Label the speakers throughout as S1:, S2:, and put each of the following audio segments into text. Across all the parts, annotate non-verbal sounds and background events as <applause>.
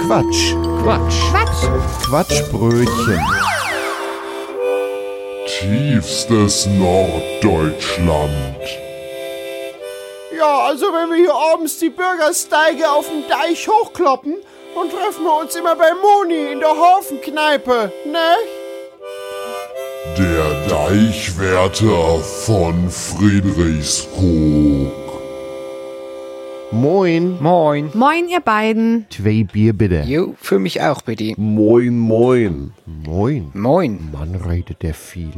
S1: Quatsch.
S2: Quatsch.
S3: Quatsch.
S1: Quatschbrötchen.
S4: Tiefstes Norddeutschland.
S5: Ja, also wenn wir hier abends die Bürgersteige auf dem Deich hochkloppen, dann treffen wir uns immer bei Moni in der Hafenkneipe, ne?
S4: Der Deichwärter von Friedrichskoog.
S1: Moin.
S2: Moin.
S3: Moin, ihr beiden.
S1: Zwei Bier bitte.
S6: Jo, für mich auch bitte.
S7: Moin, moin.
S1: Moin.
S6: Moin.
S1: Mann, redet der viel.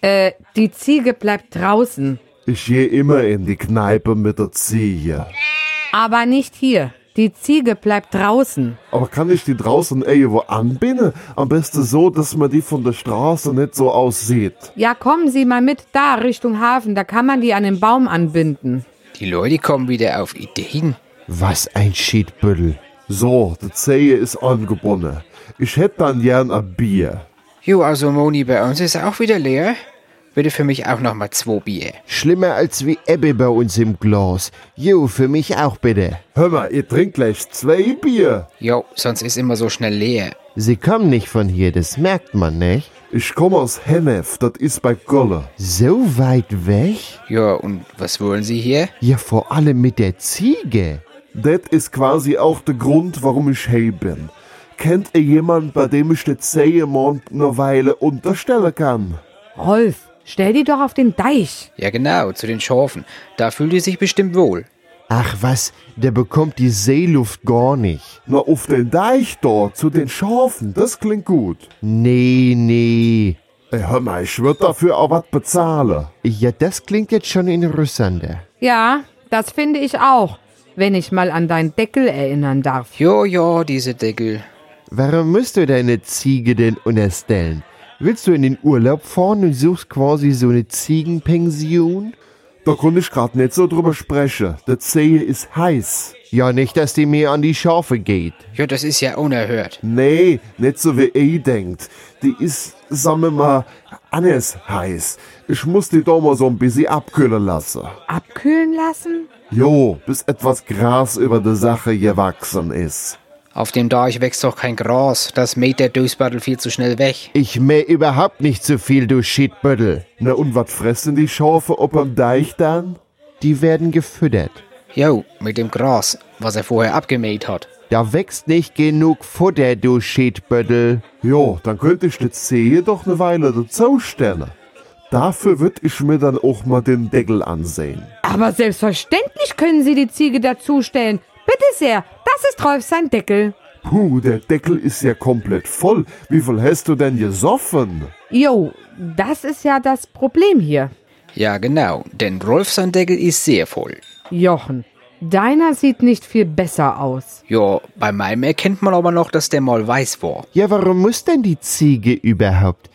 S3: Äh, die Ziege bleibt draußen,
S7: Ich gehe immer in die Kneipe mit der Ziege.
S3: aber nicht hier. Die Ziege bleibt draußen.
S7: Aber kann ich die draußen irgendwo anbinden? Am besten so, dass man die von der Straße nicht so aussieht.
S3: Ja, kommen Sie mal mit da Richtung Hafen, da kann man die an den Baum anbinden.
S6: Die Leute kommen wieder auf Ideen.
S1: Was ein Schiedbüttel.
S7: So, die Zehe ist angebunden. Ich hätte dann gern ein Bier.
S6: Jo, also Moni, bei uns ist auch wieder leer. Bitte für mich auch nochmal zwei Bier.
S1: Schlimmer als wie Ebbe bei uns im Glas. Jo, für mich auch bitte.
S7: Hör mal, ihr trinkt gleich zwei Bier.
S6: Jo, sonst ist immer so schnell leer.
S1: Sie kommen nicht von hier, das merkt man nicht.
S7: Ich komme aus Hennef, das ist bei Golle.
S1: So weit weg?
S6: Ja, und was wollen Sie hier?
S1: Ja, vor allem mit der Ziege.
S7: Das ist quasi auch der Grund, warum ich hey bin. Kennt ihr jemand, bei dem ich die Zehe mal eine ne Weile unterstellen kann?
S3: Rolf, stell die doch auf den Deich.
S6: Ja, genau, zu den Schafen. Da fühlt ihr sich bestimmt wohl.
S1: Ach was, der bekommt die Seeluft gar nicht.
S7: Na, auf den Deich dort, zu den Schafen, das klingt gut.
S1: Nee, nee.
S7: Ey, hör mal, ich würd dafür auch was bezahlen.
S1: Ja, das klingt jetzt schon in Rüssander.
S3: Ja, das finde ich auch, wenn ich mal an deinen Deckel erinnern darf.
S6: Jo, jo, diese Deckel.
S1: Warum müsst du deine Ziege denn unterstellen? Willst du in den Urlaub fahren und suchst quasi so eine Ziegenpension?
S7: Da konnte ich grad nicht so drüber sprechen. Der Zehe ist heiß.
S1: Ja, nicht, dass die mir an die Schafe geht.
S6: Jo, das ist ja unerhört.
S7: Nee, nicht so wie ihr denkt. Die ist, sagen wir mal, anders heiß. Ich muss die da mal so ein bisschen abkühlen lassen.
S3: Abkühlen lassen?
S7: Jo, bis etwas Gras über der Sache gewachsen ist.
S6: Auf dem Deich wächst doch kein Gras. Das mäht der Dösbattel viel zu schnell weg.
S1: Ich mäh überhaupt nicht so viel, du Shitbüttel.
S7: Na und was fressen die Schafe ob am Deich dann?
S1: Die werden gefüttert.
S6: Jo, mit dem Gras, was er vorher abgemäht hat.
S1: Da wächst nicht genug Futter, du Shitbüttel.
S7: Jo, dann könnte ich die Zehe doch eine Weile dazu stellen. Dafür würd ich mir dann auch mal den Deckel ansehen.
S3: Aber selbstverständlich können Sie die Ziege dazustellen. Bitte sehr, das ist Rolf sein Deckel.
S7: Puh, der Deckel ist ja komplett voll. Wie viel hast du denn gesoffen?
S3: Jo, das ist ja das Problem hier.
S6: Ja, genau, denn Rolf sein Deckel ist sehr voll.
S3: Jochen, deiner sieht nicht viel besser aus.
S6: Ja, bei meinem erkennt man aber noch, dass der mal weiß war.
S1: Ja, warum muss denn die Ziege überhaupt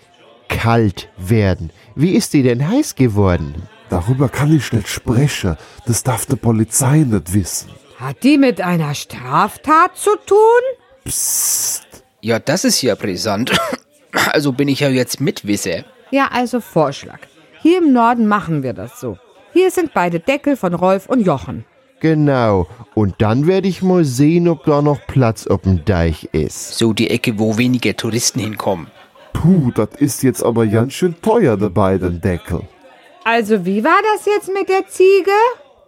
S1: kalt werden? Wie ist die denn heiß geworden?
S7: Darüber kann ich nicht sprechen. Das darf die Polizei nicht wissen.
S3: Hat die mit einer Straftat zu tun?
S6: Ja, das ist ja brisant. <coughs> Also bin ich ja jetzt Mitwisser.
S3: Ja, also Vorschlag. Hier im Norden machen wir das so. Hier sind beide Deckel von Rolf und Jochen.
S1: Genau, und dann werde ich mal sehen, ob da noch Platz auf dem Deich ist.
S6: So die Ecke, wo weniger Touristen hinkommen.
S7: Puh, das ist jetzt aber ganz schön teuer, der beiden Deckel.
S3: Also, wie war das jetzt mit der Ziege?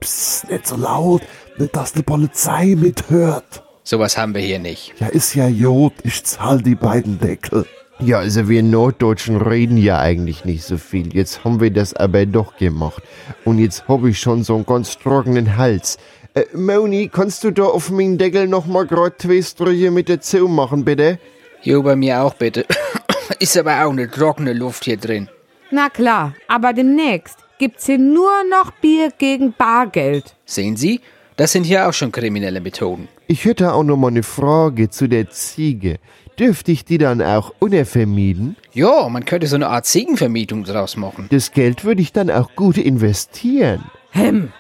S7: Psst, nicht so laut, nicht dass die Polizei mithört.
S6: Sowas haben wir hier nicht.
S7: Ja, ist ja Jod, ich zahl die beiden Deckel.
S1: Ja, also wir Norddeutschen reden ja eigentlich nicht so viel. Jetzt haben wir das aber doch gemacht. Und jetzt habe ich schon so einen ganz trockenen Hals. Äh, Moni, kannst du da auf meinen Deckel nochmal grad zwei Striche mit dazu machen, bitte?
S6: Jo, bei mir auch bitte. <coughs> Ist aber auch eine trockene Luft hier drin.
S3: Na klar, aber demnächst gibt's hier nur noch Bier gegen Bargeld.
S6: Sehen Sie? Das sind hier auch schon kriminelle Methoden.
S1: Ich hätte auch noch mal eine Frage zu der Ziege. Dürfte ich die dann auch unervermieden?
S6: Ja, man könnte so eine Art Ziegenvermietung draus machen.
S1: Das Geld würde ich dann auch gut investieren. Hm.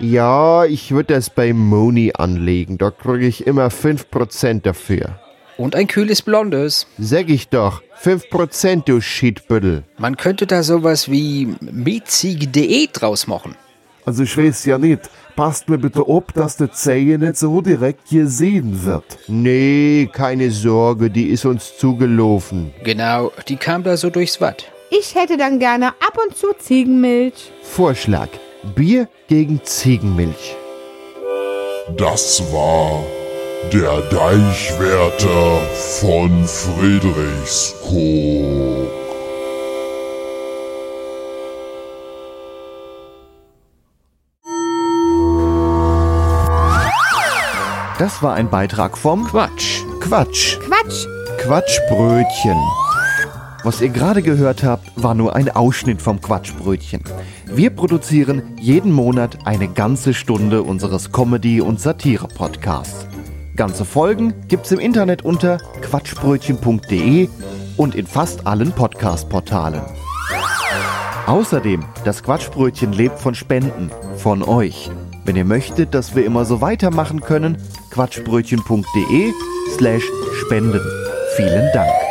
S1: Ja, ich würde das bei Moni anlegen. Da kriege ich immer 5% dafür.
S6: Und ein kühles Blondes.
S1: Sag ich doch, 5% du Schiedbüttel.
S6: Man könnte da sowas wie Mietziege.de draus machen.
S8: Also ich weiß ja nicht. Passt mir bitte ob, dass der Zehe nicht so direkt gesehen wird.
S9: Nee, keine Sorge, die ist uns zugelaufen.
S6: Genau, die kam da so durchs Watt.
S3: Ich hätte dann gerne ab und zu Ziegenmilch.
S9: Vorschlag: Bier gegen Ziegenmilch.
S4: Das war der Deichwärter von Friedrichskoog.
S7: Das war ein Beitrag vom
S6: Quatsch.
S7: Quatsch.
S3: Quatsch.
S7: Quatschbrötchen. Was ihr gerade gehört habt, war nur ein Ausschnitt vom Quatschbrötchen. Wir produzieren jeden Monat eine ganze Stunde unseres Comedy- und Satire-Podcasts. Ganze Folgen gibt's im Internet unter quatschbrötchen.de und in fast allen Podcast-Portalen. Außerdem, das Quatschbrötchen lebt von Spenden, von euch. Wenn ihr möchtet, dass wir immer so weitermachen können, quatschbrötchen.de slash spenden. Vielen Dank.